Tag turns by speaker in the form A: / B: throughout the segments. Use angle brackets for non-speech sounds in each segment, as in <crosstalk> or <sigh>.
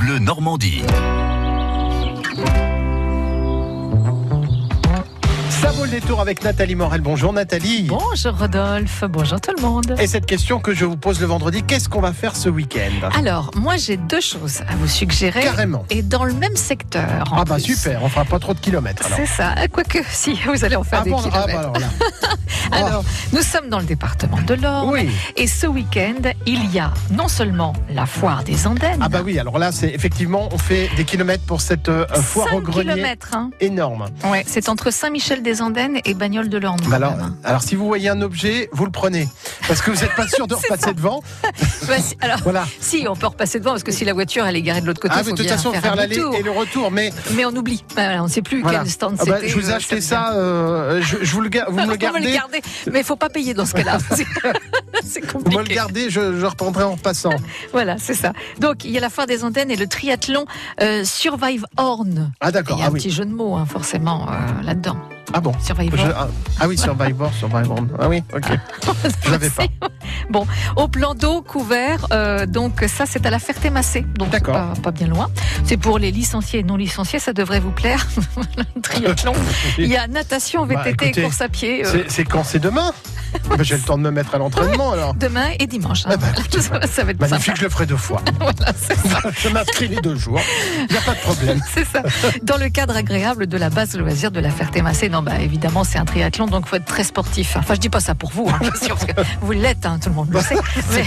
A: Bleu Normandie.
B: Ça vaut le détour avec Nathalie Morel. Bonjour Nathalie.
C: Bonjour Rodolphe, bonjour tout le monde.
B: Et cette question que je vous pose le vendredi, qu'est-ce qu'on va faire ce week-end
C: Alors, moi j'ai deux choses à vous suggérer.
B: Carrément.
C: Et dans le même secteur. en
B: Ah bah
C: plus.
B: super, on fera pas trop de kilomètres alors.
C: C'est ça, quoique si, vous allez en faire
B: Ah
C: des
B: bon, ah bah
C: kilomètres.
B: alors là.
C: <laughs>
B: Oh,
C: Alors, nous sommes dans le département de l'Orne.
B: Oui.
C: Et ce week-end, il y a non seulement la foire des Andennes,
B: Ah bah oui, alors là c'est effectivement on fait des kilomètres pour cette euh, foire au
C: 5
B: grenier
C: kilomètres. hein.
B: énorme.
C: Ouais, c'est entre Saint-Michel-des-Andennes et bagnoles de l'Orne. quand
B: Bah alors,
C: même, hein.
B: alors si vous voyez un objet, vous le prenez parce que vous n'êtes pas sûr de
C: <laughs> C'est
B: repasser
C: ça.
B: devant. euh,
C: Ouais, si- alors,
B: Voilà.
C: si, on peut repasser devant parce que si la voiture elle est garée de l'autre côté,
B: Ah, mais
C: faut
B: de toute
C: bien
B: façon, faire
C: un
B: l'aller
C: demi-tour.
B: et le retour. Mais
C: Mais on oublie. Voilà, on ne sait plus
B: voilà.
C: quel stand
B: Ah bah,
C: c'était.
B: je vous ai
C: euh,
B: acheté
C: samedi dernier.
B: ça, euh, je, je vous le, ga- vous me le
C: <laughs> On va
B: gardez.
C: garder. Mais il faut pas payer dans ce cas-là. C'est- <laughs> c'est
B: Vous me le
C: compliqué.
B: gardez, je, je reprendrai en repassant.
C: Voilà, c'est ça. Donc, il y a la foire des antennes et le triathlon euh, Survive Horn.
B: Ah
C: Il
B: d'accord,
C: y a
B: ah
C: un
B: oui.
C: petit jeu de mots, hein, forcément, euh, là-dedans.
B: Ah bon.
C: Survive
B: Je-
C: Horn. <laughs>
B: ah, ah oui, Survivor, Survivor. Ah oui, ok. Je l'avais pas.
C: Bon, au plan d'eau couvert, euh, donc ça, c'est à la Ferté-Massé. Donc,
B: D'accord.
C: Pas, pas bien loin. C'est pour les licenciés et non licenciés, ça devrait vous plaire. <laughs> le
B: <laughs>
C: triathlon. Il y a natation,
B: Bah,
C: VTT
B: écoutez,
C: et course à pied. euh,
B: C'est c'est quand C'est demain Bah, J'ai le temps de me mettre à l'entraînement alors.
C: Demain et dimanche. hein.
B: Ah bah,
C: <laughs> ça, <laughs> ça va être sympa.
B: Magnifique, je le ferai deux fois.
C: <laughs> Voilà, c'est ça.
B: <laughs> je m'inscris les deux jours. Il n'y a pas de problème.
C: <laughs> C'est ça. Dans le cadre agréable de la base loisir de la Ferté-Massé, non, bah, évidemment, c'est un triathlon, donc faut être très sportif. Enfin, je dis pas ça pour vous, hein, <laughs> bien sûr, parce que vous l'êtes, hein, tout le monde
B: <laughs>
C: le sait. Mais-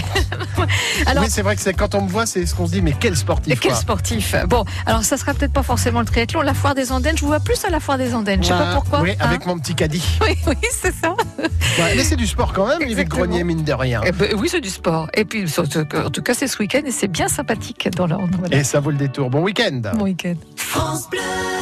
C: Alors-
B: oui, c'est vrai que c'est quand on me voit, c'est ce qu'on se dit, mais quel sportif.
C: Quel
B: quoi.
C: sportif Bon, alors ça sera peut-être pas forcément le triathlon. La foire des Andennes, je vous vois plus à la foire des Andennes. Je sais
B: Bah,
C: pas pourquoi.
B: Oui,
C: hein.
B: avec Ah. mon petit caddie.
C: <laughs> Oui, oui, c'est ça.
B: Ouais, mais c'est du sport quand même, les
C: Exactement.
B: grenier, mine de rien.
C: Eh ben, oui, c'est du sport. Et puis, surtout que- en tout cas, c'est ce week-end et c'est bien sympathique dans l'ordre. Voilà.
B: Et ça vaut le détour. Bon week-end.
C: Bon week-end.
D: France Bleu.